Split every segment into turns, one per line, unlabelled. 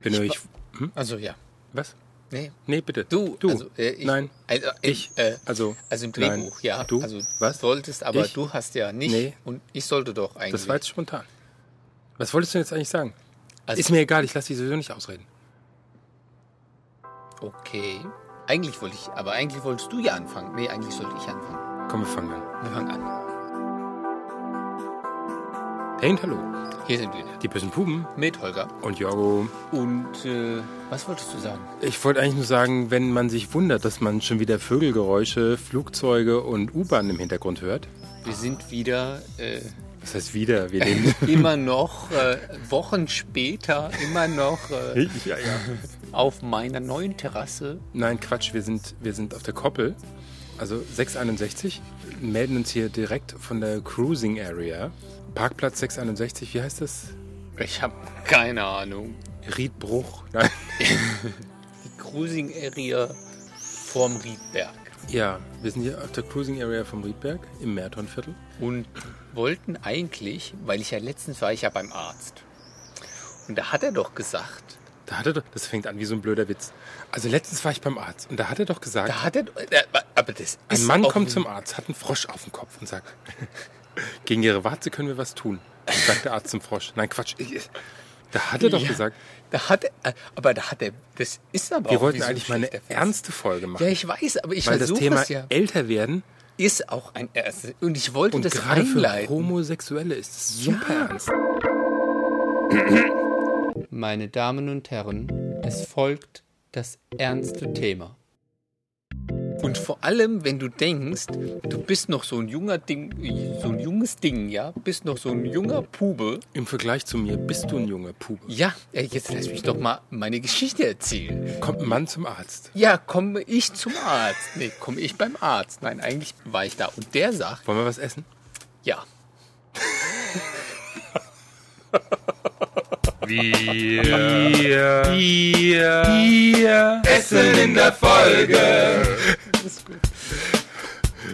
Wenn du ich.
Hm? Also ja.
Was?
Nee.
Nee, bitte.
Du.
Du.
Also, äh, ich,
Nein.
Also,
Ich.
ich. Äh,
Also,
also im
nein.
Drehbuch, ja.
Du?
Also
Was?
solltest, aber
Ich?
du hast ja nicht.
Nee.
Und ich sollte doch eigentlich.
Das war jetzt spontan. Was wolltest du jetzt eigentlich sagen?
Also-
ist mir egal, ich lasse dich sowieso nicht ausreden.
okay. Eigentlich wollte ich, aber eigentlich wolltest du ja anfangen. Nee, eigentlich sollte ich anfangen.
Komm, wir fangen an.
Wir fangen an.
Hey und hallo,
Hier sind wir wieder.
die bösen Puben
Mit Holger.
und Jorgo.
Und äh, was wolltest du sagen?
Ich wollte eigentlich nur sagen, wenn man sich wundert, dass man schon wieder Vögelgeräusche, Flugzeuge und U-Bahn im Hintergrund hört.
Wir sind wieder äh,
Was heißt wieder? Wir nehmen.
immer noch äh, Wochen später, immer noch äh,
ja, ja.
auf meiner neuen Terrasse.
Nein, Quatsch, wir sind, wir sind auf der Koppel, also 661, melden uns hier direkt von der Cruising Area. Parkplatz 661, wie heißt das?
Ich habe keine Ahnung.
Riedbruch. Nein.
Die Cruising Area vorm Riedberg.
Ja, wir sind hier auf der Cruising Area vom Riedberg im Mertonviertel.
und wollten eigentlich, weil ich ja letztens war ich ja beim Arzt. Und da hat er doch gesagt,
Da hat er doch, das fängt an wie so ein blöder Witz. Also letztens war ich beim Arzt und da hat er doch gesagt,
da hat er äh, aber das
ein
ist
Mann
auch-
kommt zum Arzt, hat einen Frosch auf dem Kopf und sagt, gegen ihre Warze können wir was tun. Sagt der Arzt zum Frosch. Nein, Quatsch. Da hat er doch
Ja.
gesagt,
Da hat er, äh, aber da hat er das ist aber
wir
auch
wollten
wie so ein
eigentlich mal eine
schlechter Witz.
ernste Folge machen.
Ja, ich weiß, aber ich
Weil das
versuche
Thema
es ja.
älter werden
Ist auch ein erstes und ich wollte
und
das
gerade für
einleiten.
Homosexuelle ist es super ernst.
Meine Damen und Herren, es folgt das ernste Thema. Und vor allem, wenn du denkst, du bist noch so ein junger Ding, so ein junges Ding, ja, bist noch so ein junger Pube.
Im Vergleich zu mir bist du ein junger Pube.
Ja, äh, jetzt lass mich doch mal meine Geschichte erzählen.
Kommt ein Mann zum Arzt.
Ja, komme ich zum Arzt. Nee, komme ich beim Arzt. Nein, eigentlich war ich da. Und der sagt,
Wollen wir was essen?
ja. Wir, wir, wir, essen in der Folge.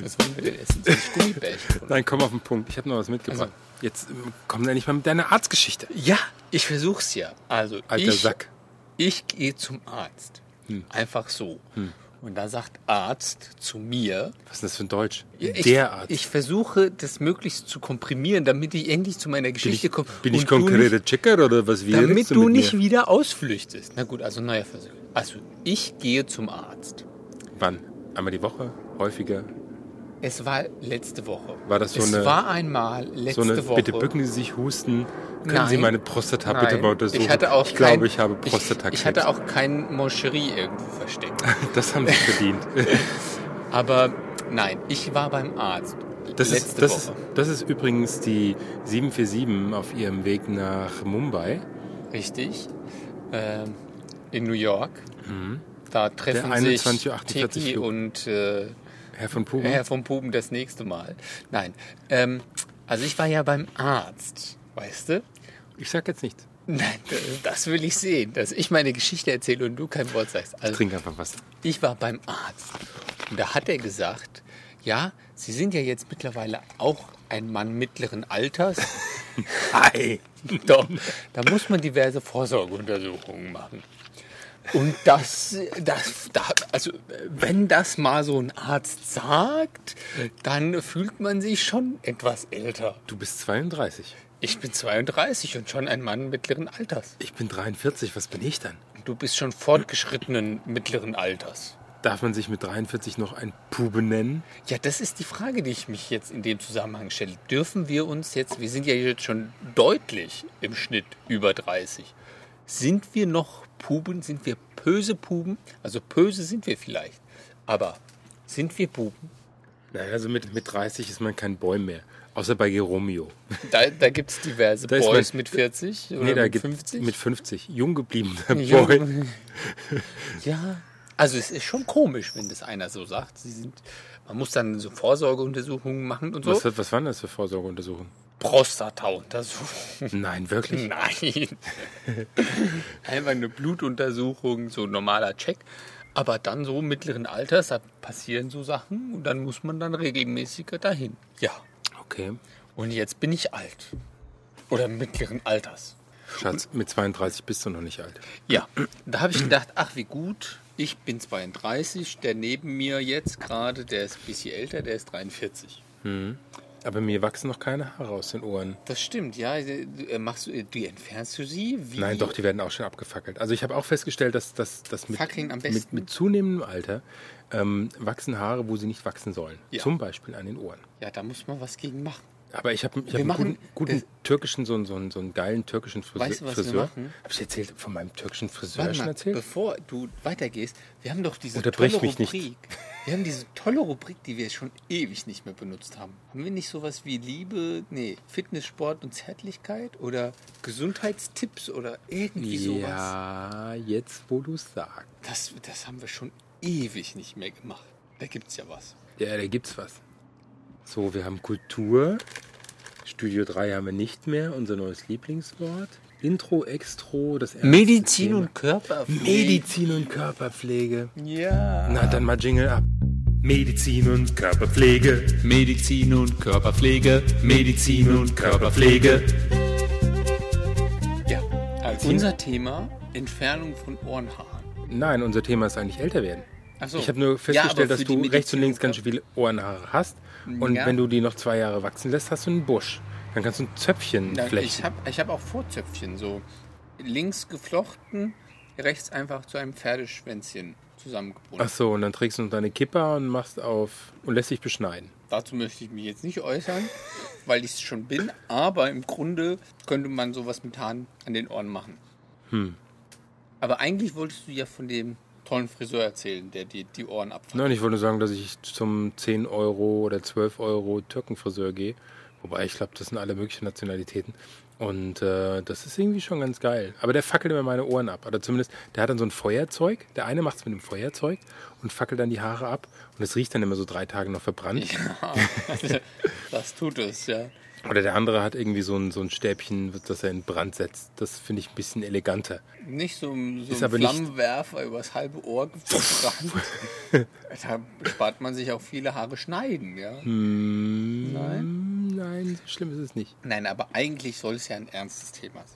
Was wollen wir denn essen? Das ist Gummibärchen. oder?
Nein, komm auf den Punkt. Ich habe noch was mitgebracht. Jetzt ähm, komm da nicht mal mit deiner Arztgeschichte.
Ja, Also- ich versuch's ja. Also
Alter
ich,
Sack. Hm.
ich gehe zum Arzt. Einfach so. Und da sagt Arzt zu mir,
Was ist denn das für ein Deutsch?
ich,
der Arzt.
ich versuche das möglichst zu komprimieren, damit ich endlich zu meiner
bin
Geschichte
ich,
komme.
bin ich
und du nicht-
konkreter Checker oder was wie
Damit
redest
du
mit
nicht
mir?
wieder ausflüchtest. Na gut, also neuer Versuch. Also ich gehe zum Arzt.
Wann? Einmal die Woche? Häufiger?
Es war letzte Woche.
War das so
es
eine-
war einmal
So
letzte
eine,
Woche.
bitte bücken Sie sich, husten. Können
Nein.
Sie meine Prostata
Nein,
bitte mal untersuchen?
Ich, hatte auch
ich glaube,
kein-
ich habe
Ich,
Prostatakrebs.
ich hatte auch kein Moncherie irgendwo versteckt.
Das haben Sie verdient.
Aber nein, ich war beim Arzt.
Das
letzte
ist, das,
Woche.
Ist, das ist übrigens die 747 auf ihrem Weg nach Mumbai.
Richtig. Ähm, in New York. Da treffen
Mhm. Der
sich
21.48
Tiki
Flug.
und äh,
Herr von Puben.
Herr vom Puben das nächste Mal. Nein. Ähm, also ich war ja beim Arzt, weißt du?
Ich sag jetzt nichts.
Nein, das will ich sehen, dass ich meine Geschichte erzähle und du kein Wort sagst. Also
Trink einfach was.
Ich war beim Arzt und da hat er gesagt, ja, Sie sind ja jetzt mittlerweile auch ein Mann mittleren Alters. Hi. Doch, da muss man diverse Vorsorgeuntersuchungen machen. Und das, das, da, also wenn das mal so ein Arzt sagt, dann fühlt man sich schon etwas älter.
Du bist 32.
Ich bin 32 und schon ein Mann mittleren Alters.
Ich bin 43. Was bin ich dann?
Du bist schon fortgeschrittenen mittleren Alters.
Darf man sich mit 43 noch ein Pube nennen?
Ja, das ist die Frage, die ich mich jetzt in dem Zusammenhang stelle. Dürfen wir uns jetzt, wir sind ja jetzt schon deutlich im Schnitt über 30. Sind wir noch Puben? Sind wir böse Puben? Also böse sind wir vielleicht. Aber sind wir Puben?
Naja, also mit, mit 30 ist man kein Boy mehr. Außer bei Geromeo.
Da, da gibt es diverse
Da ist
Boys
man-
mit 40 oder
da
mit
gibt's-
50.
Mit 50. Jung gebliebener
Ja.
Boy.
ja. Also es ist schon komisch, wenn das einer so sagt. Sie sind, man muss dann so Vorsorgeuntersuchungen machen und so.
Was, was waren das für Vorsorgeuntersuchungen?
Prostata-Untersuchungen.
Nein, wirklich?
Nein. Einfach eine Blutuntersuchung, so ein normaler Check. Aber dann so mittleren Alters, da passieren so Sachen und dann muss man dann regelmäßiger dahin. Ja.
Okay.
Und jetzt bin ich alt. Oder mittleren Alters.
Schatz, mit 32 bist du noch nicht alt.
Ja, da habe ich gedacht, ach wie gut, ich bin 32, der neben mir jetzt gerade, der ist ein bisschen älter, der ist 43.
Aber mir wachsen noch keine Haare aus den Ohren.
Das stimmt, ja. äh, Machst du, äh, du entfernst du sie? Wie?
Nein, doch, die werden auch schon abgefackelt. Also ich habe auch festgestellt, dass das dass mit,
Fackeln am
mit,
besten.
mit zunehmendem Alter ähm, wachsen Haare, wo sie nicht wachsen sollen.
Ja.
Zum Beispiel an den Ohren.
Ja, da muss man was gegen machen.
Aber ich habe ich hab
Wir
einen
machen-
guten, guten
das-
türkischen, so einen, so, einen, so einen geilen türkischen Frise
Weißt du, was wir
Friseur.
machen?
Habe ich erzählt, von meinem türkischen Friseur
Warte
schon
mal,
erzählt?
bevor du weitergehst, wir haben doch diese
Unterbrich
tolle
mich nicht.
Rubrik. Wir haben diese tolle Rubrik, die wir schon ewig nicht mehr benutzt haben. Haben wir nicht sowas wie Liebe, nee, Fitness, Sport und Zärtlichkeit oder Gesundheitstipps oder irgendwie sowas?
Ja, jetzt wo du es sagst.
Das, das haben wir schon ewig nicht mehr gemacht. Da gibt's ja was.
Ja, da gibt's was. So, wir haben Kultur. Studio 3 haben wir nicht mehr, unser neues Lieblingswort. Intro, Extro, das erste Thema.
Körper.
Medizin und Körperpflege. Ah.
Ja.
Äh, Na, dann mal Jingle ab. Medizin und Körperpflege.
Medizin und Körperpflege, Medizin und Körperpflege.
ja. Also unser Thema Entfernung von Ohrenhaaren.
Nein, unser Thema ist eigentlich älter werden.
Ach so.
Ich habe nur
Ja, aber
festgestellt, dass
für
du
die Medizin
rechts und links ganz schön
Körper-
viele Ohrenhaare hast. Und
Ja.
wenn du die noch zwei Jahre wachsen lässt, hast du einen Busch. Dann kannst du ein Zöpfchen
Na, ich
flechten.
habe ich hab auch Vorzöpfchen, so links geflochten, rechts einfach zu einem Pferdeschwänzchen zusammengebunden.
Ach so, und dann trägst du noch deine Kipper und machst auf und lässt dich beschneiden.
Dazu möchte ich mich jetzt nicht äußern, weil ich es schon bin, aber im Grunde könnte man sowas mit Haaren an den Ohren machen.
Hm.
Aber eigentlich wolltest du ja von dem tollen Friseur erzählen, der dir die Ohren abfällt.
Nein, ich wollte nur sagen, dass ich zum 10 Euro oder 12 Euro Türkenfriseur gehe. Wobei ich glaube, das sind alle möglichen Nationalitäten. Und äh, das ist irgendwie schon ganz geil. Aber der fackelt immer meine Ohren ab. Oder zumindest, der hat dann so ein Feuerzeug. Der eine macht es mit dem Feuerzeug und fackelt dann die Haare ab. Und es riecht dann immer so drei Tage noch verbrannt.
das tut es, ja.
Oder der andere hat irgendwie so ein, so ein Stäbchen, das er in Brand setzt. Das finde ich ein bisschen eleganter.
Nicht so, ein-
Ist
so ein
aber nicht-
Flammenwerfer übers halbe Ohr gebrannt. da spart man sich auch viele Haare schneiden, ja. Nein.
Hm, Nein, so schlimm ist es nicht.
Nein, aber eigentlich soll es ja ein ernstes Thema se-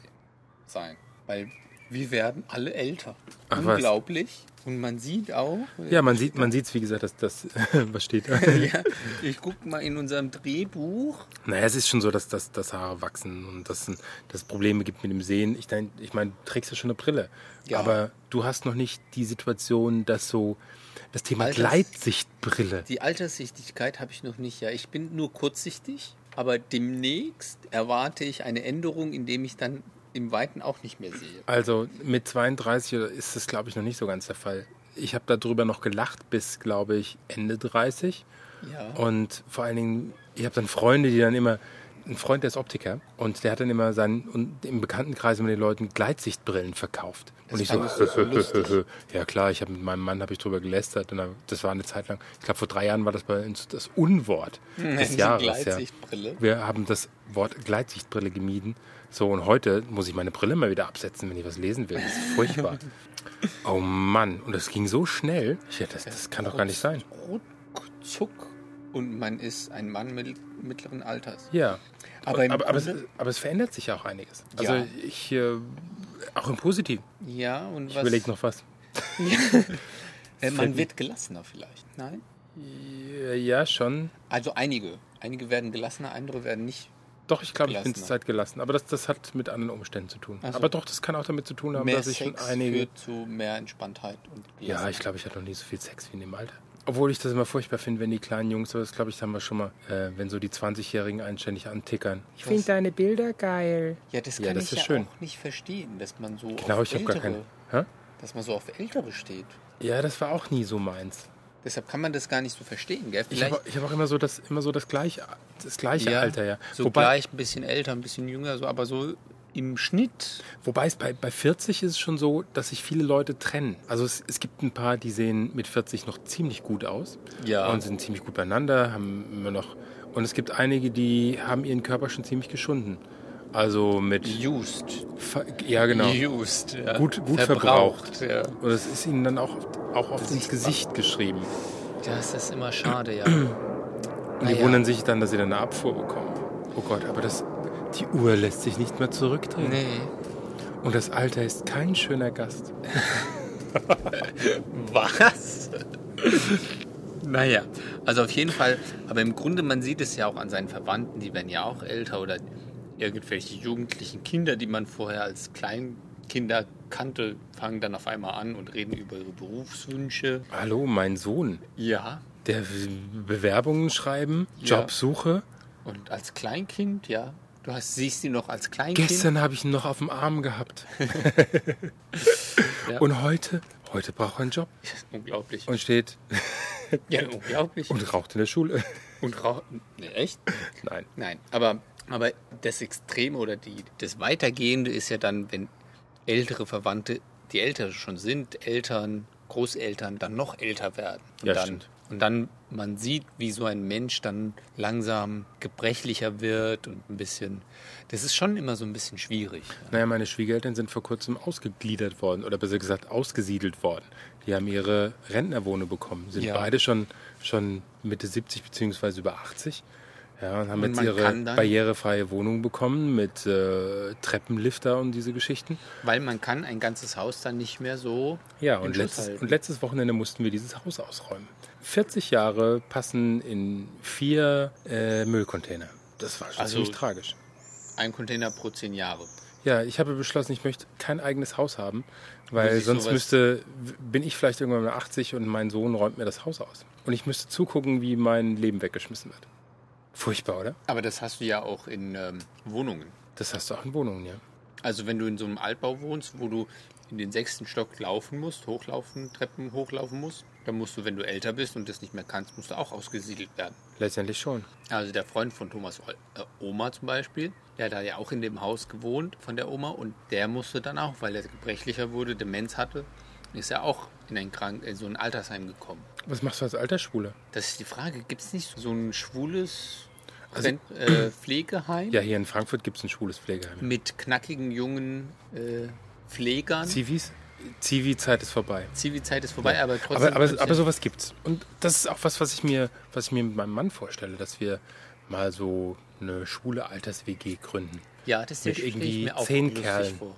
sein. Weil wir werden alle älter.
Ach, was.
Unglaublich. Und man sieht auch,
Ja, man sieht es, man sieht's, wie gesagt, dass das, was steht da?
ja, ich gucke mal in unserem Drehbuch.
Naja, es ist schon so, dass, dass, dass Haare wachsen und dass das Probleme gibt mit dem Sehen. Ich, dein, ich meine, du trägst ja schon eine Brille.
Ja.
Aber du hast noch nicht die Situation, dass so das Thema
Alters-
Gleitsichtbrille.
Die Alterssichtigkeit habe ich noch nicht, ja. Ich bin nur kurzsichtig, aber demnächst erwarte ich eine Änderung, indem ich dann im Weiten auch nicht mehr sehe.
Also mit 32 oder ist das, glaube ich, noch nicht so ganz der Fall. Ich habe darüber noch gelacht bis, glaube ich, Ende 30.
Ja.
Und vor allen Dingen, ich habe dann Freunde, die dann immer, ein Freund, der ist Optiker und der hat dann immer seinen, und im Bekanntenkreis immer den Leuten Gleitsichtbrillen verkauft. und ich so,
fand ich so lustig.
ja klar, ich habe mit meinem Mann habe ich drüber gelästert und dann, das war eine Zeit lang, ich glaube vor drei Jahren war das bei uns das Unwort des Jahres.
die
Ja.
Gleitsichtbrille.
Wir haben das Wort Gleitsichtbrille gemieden. So und heute muss ich meine Brille mal wieder absetzen, wenn ich was lesen will. Das ist furchtbar. oh Mann, und das ging so schnell. Ich, dachte, das, das kann doch gar nicht sein.
Ruckzuck. Und man ist ein Mann mittel- mittleren Alters.
Ja.
Aber im
aber, aber, es,
Grunde-
aber es verändert sich ja auch einiges. Also
Ja.
ich, äh, auch im Positiven.
Ja, und
Ich
was?
überlege noch was.
Äh, man wird gelassener vielleicht. Nein?
Ja, Äh, ja, schon.
Also einige. Einige werden gelassener, andere werden nicht.
Doch, ich glaube, ich bin zur
Gelassener.
Zeit gelassen. Aber das, das hat mit anderen Umständen zu tun.
Ach so.
Aber doch, das kann auch damit zu tun haben,
mehr
dass ich schon
Sex
einige...
führt zu mehr Entspanntheit und
Ja, ich glaube, ich hatte noch nie so viel Sex wie in dem Alter. Obwohl ich das immer furchtbar finde, wenn die kleinen Jungs, aber das glaube ich, haben wir schon mal, äh, wenn so die 20-Jährigen einständig antickern.
Ich finde deine Bilder geil.
Ja, das
Ja,
kann
das
ich
ist
ja
schön.
auch nicht verstehen, dass man so
Genau, ich habe gar
Ältere-
keine... Hä?
dass man so auf Ältere steht.
Ja, das war auch nie so meins.
Deshalb kann man das gar nicht so verstehen, gell?
Ich habe ich hab auch immer so das, immer so das gleiche, das gleiche
ja,
Alter, ja.
So
Wobei-
gleich ein bisschen älter, ein bisschen jünger, so, aber so im Schnitt.
Wobei es bei, bei 40 ist es schon so, dass sich viele Leute trennen. Also es, es gibt ein paar, die sehen mit 40 noch ziemlich gut aus
Ja.
und sind ziemlich gut beieinander, haben immer noch. Und es gibt einige, die haben ihren Körper schon ziemlich geschunden. Also mit
Used.
Ver- ja genau
Used. Ja.
gut gut verbraucht.
verbraucht. Ja.
Und es ist ihnen dann auch oft, auch oft ins Gesicht geschrieben.
Das ist immer schade, Ah ja.
Und die
Naja.
wundern sich dann, dass sie dann eine Abfuhr bekommen. Oh Gott, aber das die Uhr lässt sich nicht mehr zurückdrehen.
Nee.
Und das Alter ist kein schöner Gast.
Was? naja, also auf jeden Fall, aber im Grunde, man sieht es ja auch an seinen Verwandten, die werden ja auch älter oder irgendwelche jugendlichen Kinder, die man vorher als Kleinkinder kannte, fangen dann auf einmal an und reden über ihre Berufswünsche.
Hallo, mein Sohn.
Ja,
Der Bewerbungen schreiben,
Ja.
Jobsuche.
und als Kleinkind, ja. Du hast, siehst sie noch als Kleinkind.
Gestern habe ich ihn noch auf dem Arm gehabt.
Ja.
Und heute, heute braucht er einen Job.
Unglaublich.
Und steht
ja, unglaublich.
und raucht in der Schule.
und rauch- Nee, echt?
Nein.
Nein, aber, aber das Extreme oder die, das Weitergehende ist ja dann, wenn ältere Verwandte, die älter schon sind, Eltern, Großeltern, dann noch älter werden. Und
Ja,
dann,
stimmt.
Und dann man sieht, wie so ein Mensch dann langsam gebrechlicher wird und ein bisschen. Das ist schon immer so ein bisschen schwierig.
Naja, meine Schwiegereltern sind vor kurzem ausgegliedert worden oder besser gesagt ausgesiedelt worden. Die haben ihre Rentnerwohnung bekommen, sind
Ja.
beide schon, schon Mitte 70 beziehungsweise über 80. Ja, und haben
Und
jetzt
man
ihre
kann dann-
barrierefreie Wohnung bekommen mit äh, Treppenlifter und diese Geschichten.
Weil man kann ein ganzes Haus dann nicht mehr so.
Ja,
in
und
Schuss
letztes,
halten.
und letztes Wochenende mussten wir dieses Haus ausräumen. 40 Jahre passen in vier äh, Müllcontainer. Das war schon
Also-
ziemlich tragisch.
ein Container pro zehn Jahre.
Ja, ich habe beschlossen, ich möchte kein eigenes Haus haben, weil
Muss ich
sonst
sowas-
müsste, w- bin ich vielleicht irgendwann mal 80 und mein Sohn räumt mir das Haus aus. Und ich müsste zugucken, wie mein Leben weggeschmissen wird. Furchtbar, oder?
Aber das hast du ja auch in ähm, Wohnungen.
Das hast du auch in Wohnungen, ja.
Also wenn du in so einem Altbau wohnst, wo du in den sechsten Stock laufen musst, hochlaufen, Treppen hochlaufen musst, dann musst du, wenn du älter bist und das nicht mehr kannst, musst du auch ausgesiedelt werden.
Letztendlich schon.
Also der Freund von Thomas Ol- äh, Oma zum Beispiel, der hat da ja auch in dem Haus gewohnt von der Oma und der musste dann auch, weil er gebrechlicher wurde, Demenz hatte, ist er auch in, ein Krank in so ein Altersheim gekommen.
Was machst du als Altersschwule?
Das ist die Frage, gibt es nicht so ein schwules
Also-
Rent- äh, Pflegeheim
Ja, hier in Frankfurt gibt es ein schwules Pflegeheim.
mit knackigen jungen äh, Pflegern?
Zivis? Zivi-Zeit ist vorbei.
Zivi-Zeit ist vorbei, aber trotzdem.
Aber, aber,
gibt's
aber
ja-
sowas gibt's. Und das ist auch was, was ich mir, was ich mir mit meinem Mann vorstelle, dass wir mal so eine schwule Alters-WG gründen.
ja, das
mit
stelle ich
irgendwie
mir auch
zehn
lustig
Kerlen.
Vor.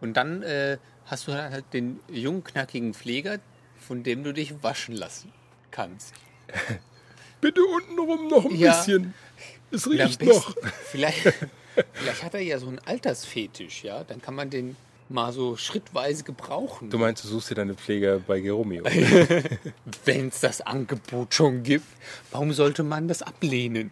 Und dann äh, hast du dann halt den jungen, knackigen Pfleger, von dem du dich waschen lassen kannst.
Bitte untenrum noch ein
Ja.
bisschen. Es
Und am
riecht noch.
besten- Vielleicht, vielleicht hat er ja so einen Altersfetisch, ja? Dann kann man den mal so schrittweise gebrauchen,
Du meinst, du suchst dir deine Pfleger bei Geromeo?
wenn es das Angebot schon gibt. Warum sollte man das ablehnen?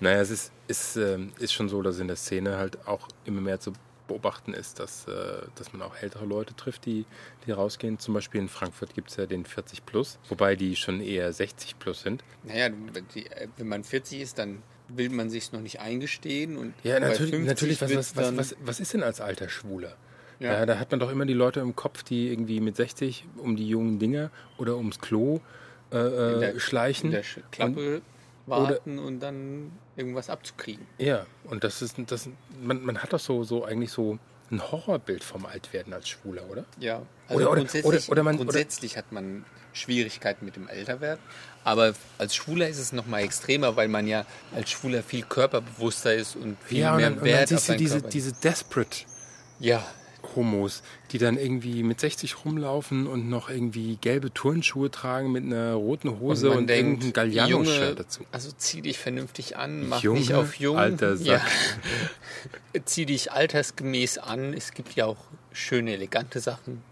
naja, es ist, ist, ähm, ist schon so, dass in der Szene halt auch immer mehr zu beobachten ist, dass, äh, dass man auch ältere Leute trifft, die, die rausgehen. Zum Beispiel in Frankfurt gibt es ja den 40 Plus, wobei die schon eher 60 Plus sind.
Naja, wenn die- äh, wenn man 40 ist, dann will man sich noch nicht eingestehen. Und
Ja,
bei
natürlich,
50
natürlich was, was,
wird's
was,
dann-
was, was ist denn als alter Schwuler? Ja.
Ja.
da hat man doch immer die Leute im Kopf, die irgendwie mit 60 um die jungen Dinger oder ums Klo äh, äh,
in der-
schleichen.
In der Sch- Klappe warten und dann irgendwas abzukriegen.
Ja, und das ist, das, man, man hat doch so, so eigentlich so ein Horrorbild vom Altwerden als Schwuler, oder?
Ja. Also
Oder- oder-
grundsätzlich,
oder- oder man- oder-
grundsätzlich hat man Schwierigkeiten mit dem Älterwerden. Aber als Schwuler ist es nochmal extremer, weil man ja als Schwuler viel körperbewusster ist und viel
ja, und
mehr
dann, und dann
Wert auf
siehst du
seinen
diese,
Körper.
diese Desperate
ja,
Homos, die dann irgendwie mit 60 rumlaufen und noch irgendwie gelbe Turnschuhe tragen mit einer roten Hose und, irgendein
Junge,
Galliano-Shirt dazu.
also zieh dich vernünftig an, mach
Junge,
nicht auf jung.
alter Sack.
Ja. zieh dich altersgemäß an. Es gibt ja auch schöne, elegante Sachen.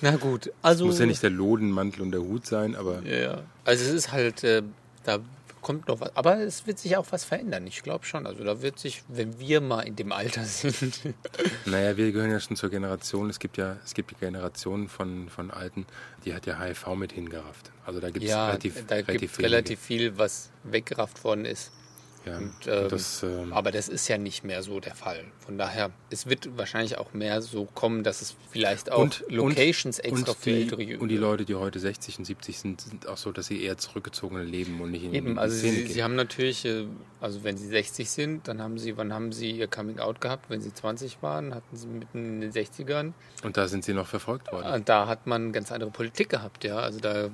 Na gut, also...
Muss ja nicht der Lodenmantel und der Hut sein, aber
Ja. Also es ist halt, äh, da kommt noch was. Aber es wird sich auch was verändern, ich glaube schon. Also da wird sich, wenn wir mal in dem Alter sind,
naja, wir gehören ja schon zur Generation. Es gibt ja, es gibt die Generation von, von Alten, die hat ja HIV mit hingerafft. Also da gibt es
ja,
relativ,
da gibt es
wenige.
relativ viel, was weggerafft worden ist.
ja.
Und, ähm,
das, ähm,
aber das ist ja nicht mehr so der Fall. Von daher, es wird wahrscheinlich auch mehr so kommen, dass es vielleicht auch Locations extra
und
für ältere
die,
Jünger.
Und die Leute, die heute 60 und 70 sind, sind auch so, dass sie eher zurückgezogene leben und nicht in
Eben,
die
also
Szene
sie,
gehen.
sie haben natürlich, äh, also wenn sie 60 sind, dann haben sie, wann haben sie ihr Coming Out gehabt? Wenn sie 20 waren, hatten sie mitten in den 60ern.
und da sind sie noch verfolgt worden.
Und da hat man ganz andere Politik gehabt, ja. Also da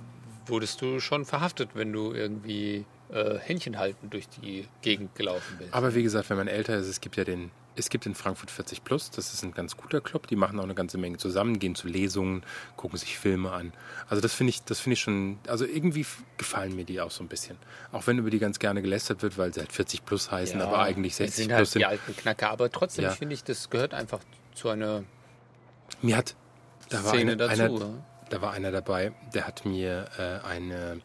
wurdest du schon verhaftet, wenn du irgendwie äh, Händchen halten durch die Gegend gelaufen bist.
Aber wie gesagt, wenn man älter ist, es gibt ja den Es gibt in Frankfurt 40 Plus, das ist ein ganz guter Club. Die machen auch eine ganze Menge zusammen, gehen zu Lesungen, gucken sich Filme an. Also das finde ich, das finde ich schon, also irgendwie f- gefallen mir die auch so ein bisschen. Auch wenn über die ganz gerne gelästert wird, weil sie halt 40 Plus heißen, aber eigentlich
das
60
sind halt
Plus sind.
die alten Knacker. Aber trotzdem
Ja.
finde ich, das gehört einfach zu einer
Mir hat da war,
Szene
eine,
dazu,
einer,
oder?
da war einer dabei, der hat mir äh, eine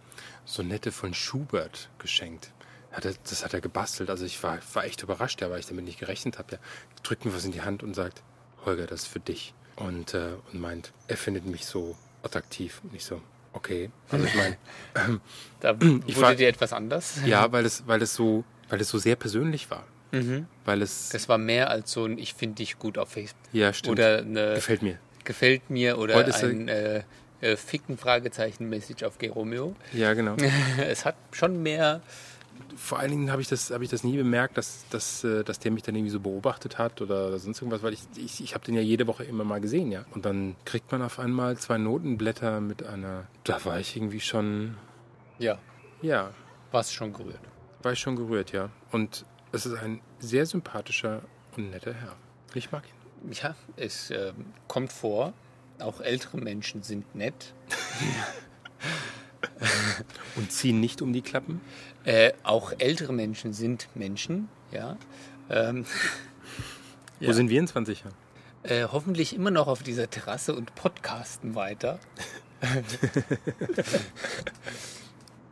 Sonette von Schubert geschenkt. Hat er, das hat er gebastelt. Also ich war, war echt überrascht, ja, weil ich damit nicht gerechnet habe. Der drückt mir was in die Hand und sagt, Holger, das ist für dich. Und, äh, und meint, er findet mich so attraktiv. Und ich so, okay. Also ich meine,
Da
war-
wurde dir etwas anders.
ja, weil es, weil es so, weil es so sehr persönlich war. Weil es,
Mhm. Das war mehr als so ein Ich finde dich gut auf Facebook.
ja, stimmt.
Oder äh, eine
Gefällt mir.
gefällt mir oder
Heute ist
ein äh, äh, ficken Fragezeichen-Message auf Geromeo.
Ja, genau.
es hat schon mehr.
vor allen Dingen habe ich das, habe ich das nie bemerkt, dass, dass, äh, dass der mich dann irgendwie so beobachtet hat oder sonst irgendwas, weil ich, ich, ich habe den ja jede Woche immer mal gesehen, ja. Und dann kriegt man auf einmal zwei Notenblätter mit einer. Da war ich irgendwie schon,
Ja,
ja,
was schon gerührt.
war ich schon gerührt, ja. Und es ist ein sehr sympathischer und netter Herr. Ich mag ihn.
Ja, es ähm, kommt vor. Auch ältere Menschen sind nett.
Und ziehen nicht um die Klappen.
Äh, auch ältere Menschen sind Menschen, ja. Ähm,
Wo sind wir in 20 Jahren?
äh, hoffentlich immer noch auf dieser Terrasse und podcasten weiter.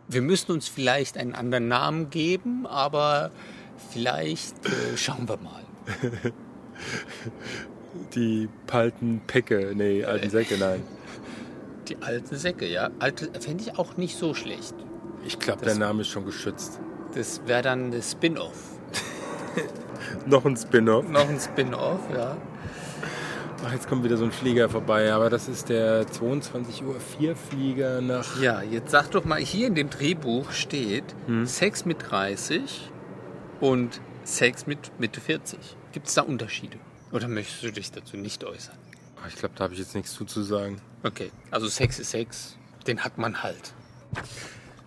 Wir müssen uns vielleicht einen anderen Namen geben, aber vielleicht äh, schauen wir mal.
Die Palten Pecke, nee, alten Säcke, nein.
Die alten Säcke, ja. Alte fände ich auch nicht so schlecht.
Ich glaube, der Name ist schon geschützt.
Das wäre dann das Spin-off.
Noch ein Spin-off.
Noch ein Spin-off, ja.
Ach, jetzt kommt wieder so ein Flieger vorbei, aber das ist der 22 Uhr 4 Flieger nach.
Ja, jetzt sag doch mal, hier in dem Drehbuch steht Sex mit 30 und Sex mit Mitte 40. Gibt es da Unterschiede? Oder möchtest du dich dazu nicht äußern?
Ach, Ah, ich glaube, da habe ich jetzt nichts zu, zu sagen.
Okay, also Sex ist Sex, den hat man halt.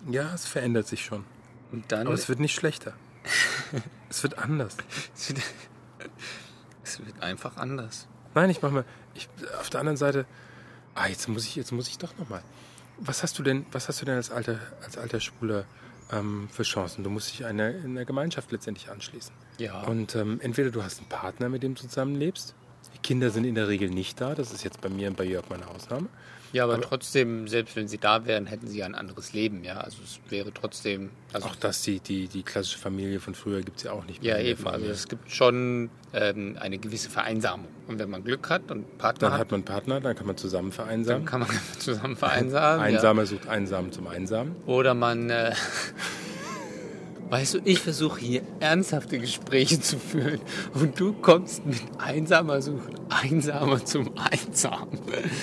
Ja, es verändert sich schon.
Und dann
Aber es wird nicht schlechter. es wird anders.
es wird, es wird einfach anders.
Nein, ich mache mal. Ich, auf der anderen Seite. Ah, jetzt muss ich, jetzt muss ich doch nochmal. Was hast du denn, was hast du denn als alter, als alter Schwuler ähm, für Chancen? Du musst dich einer, in der Gemeinschaft letztendlich anschließen.
Ja.
Und ähm, entweder du hast einen Partner, mit dem du zusammenlebst. Die Kinder sind in der Regel nicht da. Das ist jetzt bei mir und bei Jörg meine Ausnahme.
Ja, aber, trotzdem, selbst wenn sie da wären, hätten sie ja ein anderes Leben, ja. Also es wäre trotzdem. Also
Auch das, die, die, die klassische Familie von früher gibt es ja auch nicht
Ja,
in der
eben. Also
Familie.
es gibt schon ähm, eine gewisse Vereinsamung. Und wenn man Glück hat und einen Partner
Dann
hat,
hat man einen Partner, dann kann man zusammen
dann
vereinsamen.
kann man zusammen vereinsamen.
Einsamer sucht Einsamen zum Einsamen.
Ja. Oder man, äh, weißt du, ich versuche hier ernsthafte Gespräche zu führen und du kommst mit Einsamer suchen, Einsamer zum Einsamen.